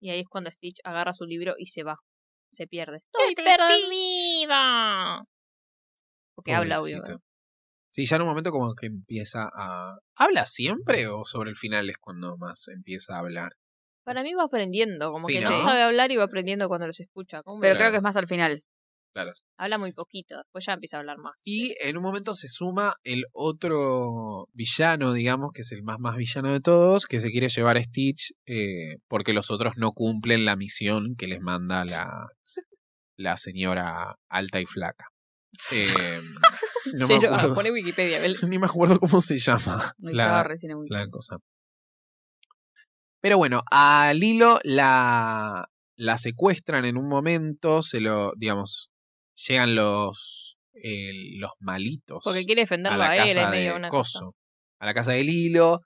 Y ahí es cuando Stitch agarra su libro y se va. Se pierde. ¡Estoy perdida! Porque habla, obvio.
Pobrecito.
¿verdad?
Sí, ya en un momento como que empieza a... ¿Habla siempre o sobre el final es cuando más empieza a hablar?
Para mí va aprendiendo, como
Sí,
que
¿no?
¿no? sabe hablar y va aprendiendo cuando los escucha. ¿Cómo
Pero
me-
Claro.
creo que es más al final.
Habla muy poquito, después ya empieza a hablar más.
Y en un momento se suma el otro villano, digamos, que es el más más villano de todos, que se quiere llevar a Stitch eh, porque los otros no cumplen la misión que les manda la, la señora alta y flaca. Eh, no me
Cero.
acuerdo.
Pone Wikipedia, ¿vel?
Ni me acuerdo cómo se llama
Me
la,
estaba recién en Wiki.
la cosa. Pero bueno, a Lilo la, la secuestran en un momento, se lo, digamos, llegan los, eh, los malitos
Porque quiere
a
defenderlo a,
la
él, es
casa
medio
de
una cosa.
Coso, a la casa de Lilo,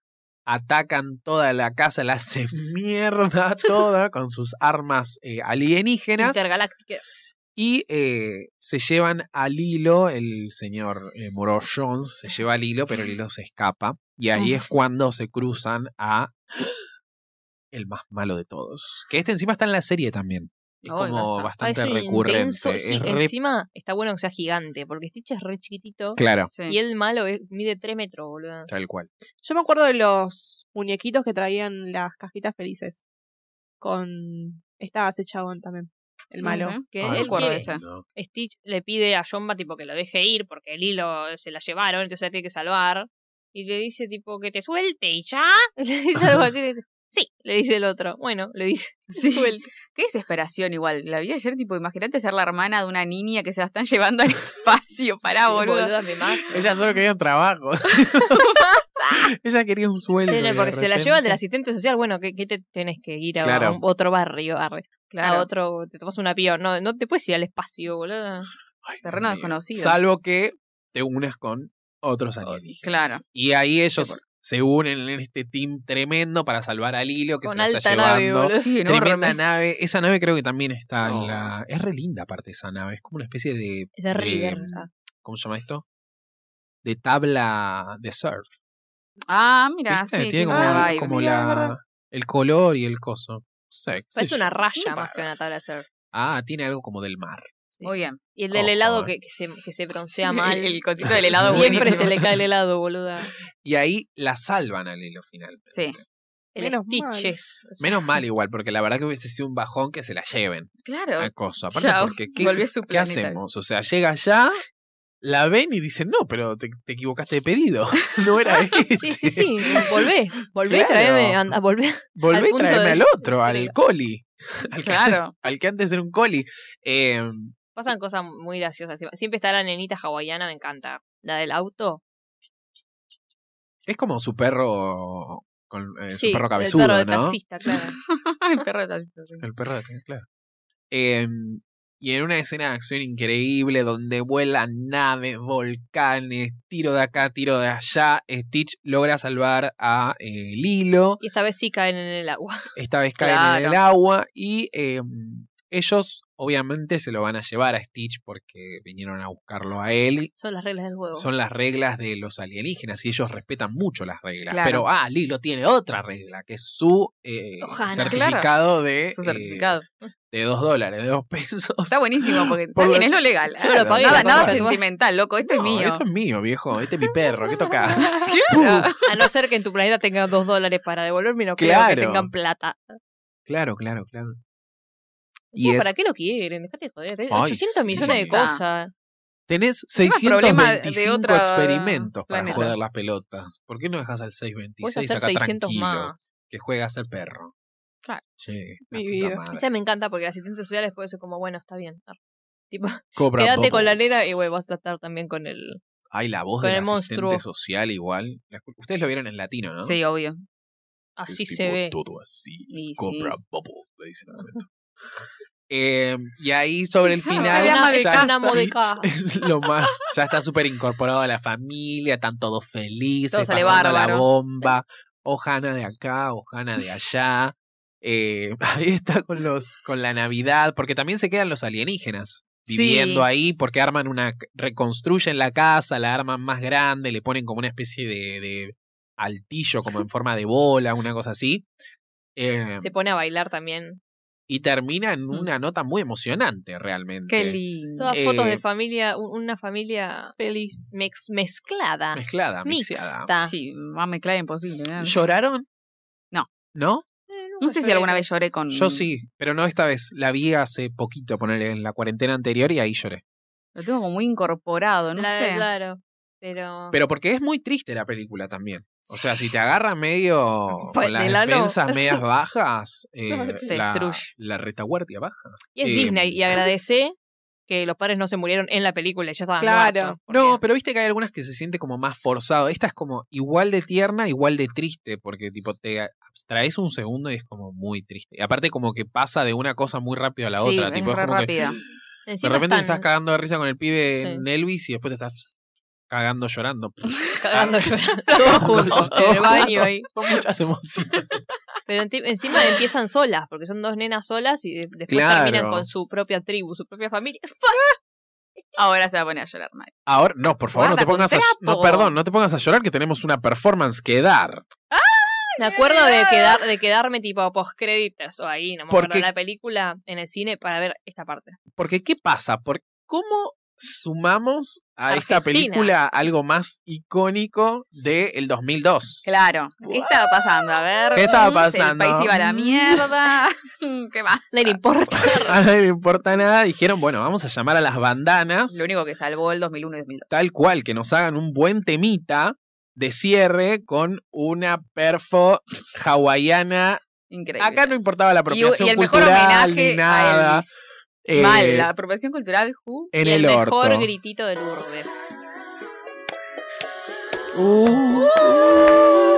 atacan toda la casa, la hacen mierda toda con sus armas eh, alienígenas
Intergalácticas.
y eh, se llevan a Lilo, el señor eh, Moreau Jones se lleva a Lilo, pero Lilo se escapa. Y ahí es cuando se cruzan a el más malo de todos. Que este encima está en la serie también. Es
Ay,
como
basta.
Ah,
bastante
es un
recurrente.
intenso,
es
sí,
re-
Encima está bueno que sea gigante, porque Stitch es re chiquitito.
Claro,
Sí.
Y el malo es- mide 3 metros, boludo.
tal cual.
Yo me acuerdo de los muñequitos que traían las cajitas felices. Con. Estaba ese chabón también. El
Sí,
malo.
sí.
Que
Ah,
me
él
acuerdo
quiere-
de eso.
no.
Stitch le pide a Jomba tipo que lo deje ir porque el hilo se la llevaron, entonces la tiene que salvar. Y le dice tipo que te suelte y ya. Le dice algo así. le dice, sí, le dice el otro. Bueno, le dice.
Sí.
Suelte.
Qué desesperación igual. La vi ayer, tipo, imagínate ser la hermana de una niña que se la están llevando al espacio. Pará,
Sí,
boludo.
boluda, me mata.
Ella solo quería un trabajo. Ella quería un sueldo.
Sí,
y de
porque se la lleva del
repente-
asistente social. Bueno, ¿qué, qué te tenés que ir a
Claro.
un- otro barrio? arre?
Claro,
A otro, te tomas un avión. No, no te puedes ir al espacio, boludo.
Ay,
terreno
Dios mío.
desconocido.
Salvo que te unas con otros alienígenas.
claro.
Y ahí ellos se unen en este team tremendo para salvar a Lilo, que
Con
se la está
alta nave,
llevando.
boludo.
Sí, enorme.
Tremenda nave. Esa nave creo que también está
No.
en la. Es re linda, aparte, esa nave. Es como una especie de.
Es de River.
mm,
ah.
¿Cómo se llama esto? De tabla de surf.
Ah, mira,
¿viste?
sí,
Tiene
tiene
como,
una
ah,
vibe.
como
Mirá, es
la,
verdad.
el color y el coso. No sé, qué sé
Parece
yo.
una raya
Una
más que
raya.
una tabla de surf.
Ah, tiene algo como del mar.
Sí.
Muy bien.
Y el del
Oh,
helado
joder.
que, que se, que se broncea mal.
El, el cosito del helado
Siempre
buenísimo.
se le cae el helado, boluda.
Y ahí la salvan a Lilo finalmente.
Sí.
El
Menos
Stitches.
Menos mal igual, porque la verdad que hubiese sido un bajón que se la lleven a
Ah,
Claro.
cosa. Aparte
Chao.
porque ¿qué,
Volvió a su
qué
planeta.
hacemos? O sea, llega allá, la ven y dicen, no, pero te, te equivocaste de pedido. No era este.
Sí, sí, sí. Volvé. Volvé y
Claro.
traeme. Anda, volvé. al
Volvé a
punto
traerme
de-
al otro, al
Claro.
coli. Al que,
Claro.
al que antes era un coli. Eh,
Pasan cosas muy graciosas. Siempre está la nenita hawaiana, me encanta. La del auto.
es como su perro. Con, eh,
Sí,
su perro
El
cabezudo,
perro de
¿no?
taxista, claro.
El perro de tal-
El perro de Taxi, claro. Eh, y en una escena de acción increíble donde vuelan naves, volcanes, tiro de acá, tiro de allá, Stitch logra salvar a eh, Lilo,
Y esta vez sí caen en el agua.
esta vez caen en
Claro.
el agua y eh, ellos obviamente se lo van a llevar a Stitch porque vinieron a buscarlo a él.
Son las reglas del juego.
Son las reglas de los alienígenas y ellos respetan mucho las reglas.
Claro.
Pero, ah, Lilo tiene otra regla, que es su eh,
Ohana.
certificado de...
Su
eh,
certificado.
de 2 dólares, de 2 pesos.
Está buenísimo porque
Por lo-
también es lo legal.
Yo lo pagué,
nada
lo
nada
pagué.
sentimental, loco. Esto es
No,
mío.
Esto es mío, viejo. Este es mi perro. ¿Qué toca?
Uh.
Claro.
Ah, A no ser que en tu planeta tengan dos dólares para devolverme, no creo
Claro.
que tengan plata.
Claro, claro, claro.
No,
Y es,
¿Para qué lo quieren? Dejate de joder. Hay
Ay,
800
sí.
millones de
Está.
cosas.
tenés
problema de
625
otra
experimentos para
planeta.
joder las pelotas. ¿Por qué no dejas al
Puedes
626
hacer
acá
600
tranquilo?
más.
Que juega a ser perro.
Claro.
Che,
Mi
la puta
vida.
madre.
Esa me encanta porque el asistente social después es como, bueno, está bien. Tipo,
Cobra
quédate con la
Bubbles.
nena y bueno, vas a tratar también con el...
Ay, la voz
con
del
el
asistente
monstruo.
social igual. La- Ustedes lo vieron en latino, ¿no?
Sí, obvio.
Es
Así
tipo
se ve.
Todo así.
Y sí.
Cobra Bubbles, le dicen al momento. Eh, y ahí sobre el
Sí,
final
soy ama de
ya
casa.
está-
Ama de casa.
es lo más ya está súper incorporado a la familia están todos felices
Todo sale
pasando la
bárbaro.
bomba ojana de acá ojana de allá Eh, ahí está con los con la navidad porque también se quedan los alienígenas
Sí.
viviendo ahí porque arman una reconstruyen la casa la arman más grande le ponen como una especie de, de altillo como en forma de bola una cosa así Eh,
Se pone a bailar también.
y termina en una nota muy emocionante realmente
Qué lindo.
Todas
Eh,
fotos de familia, u- una familia
Feliz.
mex- mezclada.
mezclada mixeada
Mixta.
Sí, más me clave imposible. ¿no?
¿Lloraron?
No. Mm.
¿No?
Eh,
No sé si alguna vez lloré con.
Yo sí, pero no esta vez. La vi hace poquito, ponerle en la cuarentena anterior y ahí lloré.
Lo tengo como muy incorporado, no
La-
sé.
Claro, pero...
Pero porque es muy triste la película también. O sea, si te agarra medio
Pa-
con las
del ano.
defensas medias bajas, eh,
Te
la,
destruye.
la retaguardia baja.
Y es
Eh,
Disney, y agradecé que los padres no se murieron en la película, ya estaban
Claro.
muertos. porque-
No, pero viste que hay algunas que se siente como más forzado. Esta es como igual de tierna, igual de triste, porque tipo te abstraes un segundo y es como muy triste. Y aparte como que pasa de una cosa muy rápido a la
sí,
otra. tipo,
es re
como que-
rápida.
Encima
de repente te
están
estás cagando de risa con el pibe
Sí.
en Elvis y después te estás cagando llorando. pues.
cagando llorando todos
Todos
juntos en el
juntos.
baño ahí.
Son muchas emociones.
Pero enti- encima empiezan solas, porque son dos nenas solas y de- después
Claro.
terminan con su propia tribu, su propia familia.
Ahora se va a poner a llorar, Mari.
Ahora, no, por favor, no te
Guarda con
pongas a no,
trapo.
perdón, no te pongas a llorar que tenemos una performance que dar.
Me acuerdo de quedar de quedarme tipo postcréditos o ahí, no me acuerdo
Porque-
la película en el cine para ver esta parte.
Porque ¿qué pasa? Por cómo sumamos a esta
Argentina.
película algo más icónico del 2002.
Claro. ¿Qué estaba pasando? A ver.
¿Qué estaba
mm, si
pasando?
El país iba a la mierda. ¿Qué más?
No
Ah,
le importa.
A nadie le importa nada, dijeron, bueno, vamos a llamar a las bandanas.
Lo único que salvó el 2001 y 2002.
tal cual, que nos hagan un buen temita de cierre con una perfo hawaiana.
Increíble.
Acá no importaba
y, y
la
el
apropiación
mejor
cultural
homenaje
ni nada.
a Elvis.
eh,
Mal, la apropiación cultural, who?
en
Y
el,
el,
orto.
mejor gritito de Lourdes.
Uh,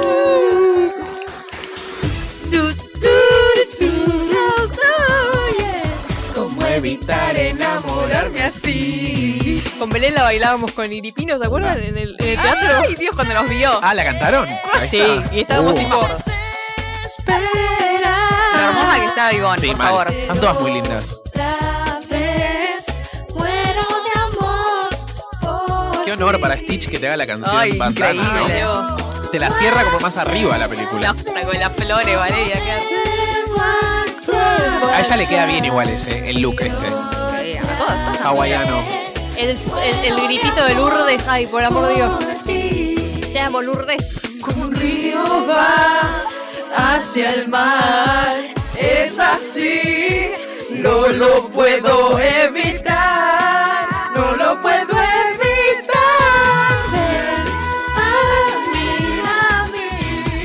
¿Cómo evitar enamorarme así?
Con Belén la bailábamos con Iripino, ¿se acuerdan? En el, en el teatro.
Ay, Dios, cuando nos vio.
Ah, la cantaron. Ahí
Sí,
está.
y estábamos
Uh,
tipo.
Lo hermosa que estaba Ivonne,
sí,
por
mal.
favor.
Están todas muy lindas. Qué honor para Stitch que te haga la canción.
Ay,
Bandana, ¿no?
increíble.
Te la cierra como más arriba la película.
La otra con las flores, Valeria. ¿qué hace?
A ella le queda bien igual ese, el look este.
Sí, a todas, todas.
Hawaiano.
El, el- el gritito de Lourdes, ay, por amor de Dios. Te amo, Lourdes.
hacia el mar. Es así, no lo puedo evitar, no lo puedo evitar. Ven a mí, a mí,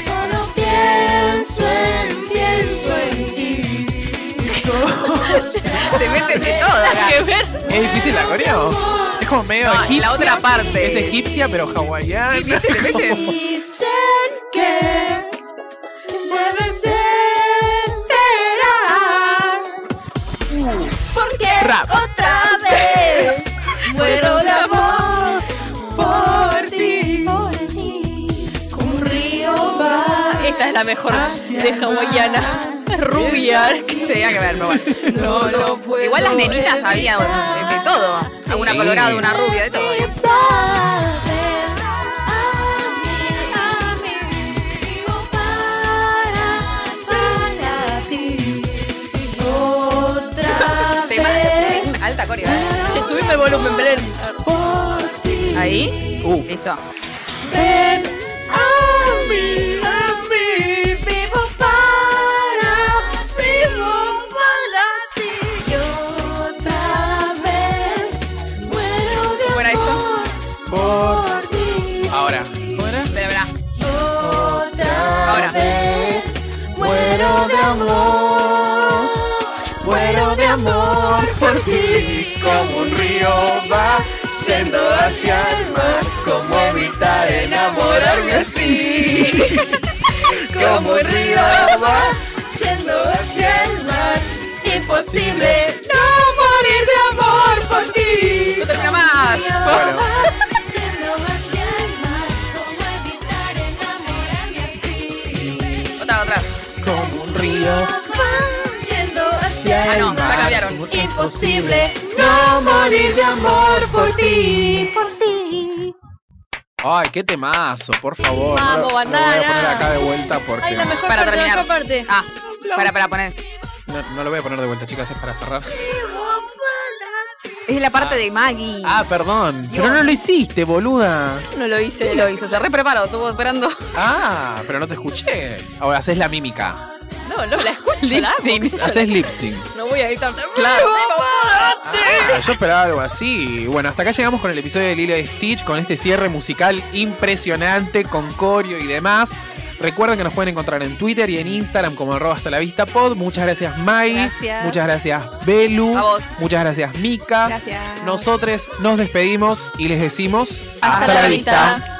solo pienso en, pienso en ti.
Te meten de todo acá.
Es difícil la coreo. Es como medio
No,
egipcia.
la otra parte.
Es egipcia, pero hawaiana.
Sí, viste, Ah, te meten.
Dicen que debes esperar. Porque
Rap.
otra vez muero de amor por ti. Como un río va
Esta es la mejor
Hacia
de hawaiana. Rubia.
Tenía que ver, pero bueno.
No lo puedo
Igual las nenitas sabían
evitar.
de todo. A Una
Sí.
colorada, una rubia, de todo.
Otra
coreo. ¿eh?
Che, subime el volumen, Belén.
Por ti.
Ahí,
Uh,
listo.
Ven a mí, a mí. Vivo para, vivo para ti. Yo otra vez muero de
¿Cómo era esto?
amor por ti.
Uh. ahora.
Espera, espera.
Otra
Ahora.
vez muero de amor. Muero de amor por ti.
Como un río va yendo hacia el mar, como evitar enamorarme así. Como un río va
Yendo hacia el mar. Imposible no morir de amor por ti.
No termina más.
Bueno.
Otra, otra.
Como un río.
Ah, no, la cambiaron.
Imposible no morir de amor por ti, por ti.
Ay, qué temazo, por favor. no
Vamos,
lo- no lo voy a poner
bandana.
acá de vuelta porque.
Ay, la mejor
Para
parte,
terminar.
la mejor parte.
Ah, para, para poner.
no, no lo voy a poner de vuelta, chicas, es para cerrar.
Es la parte de Maggie.
Ah, perdón. Pero
Dios.
no lo hiciste, boluda.
No lo hice.
Él lo hizo, se repreparó, estuvo esperando.
Ah, pero no te escuché. Ahora haces la mímica.
No, no la escucho. la amo, qué sé yo.
Haces lip sync.
No voy a gritar.
Claro.
¡Vamos!
Ah, yo esperaba algo así. Bueno, hasta acá llegamos con el episodio de Lilo y Stitch, con este cierre musical impresionante, con corio y demás. Recuerden que nos pueden encontrar en Twitter y en Instagram como arroba hasta la vista pod. Muchas gracias Mai.
Gracias.
Muchas gracias Belu.
A vos.
Muchas gracias Mika.
Gracias.
Nosotros nos despedimos y les decimos
Hasta la vista.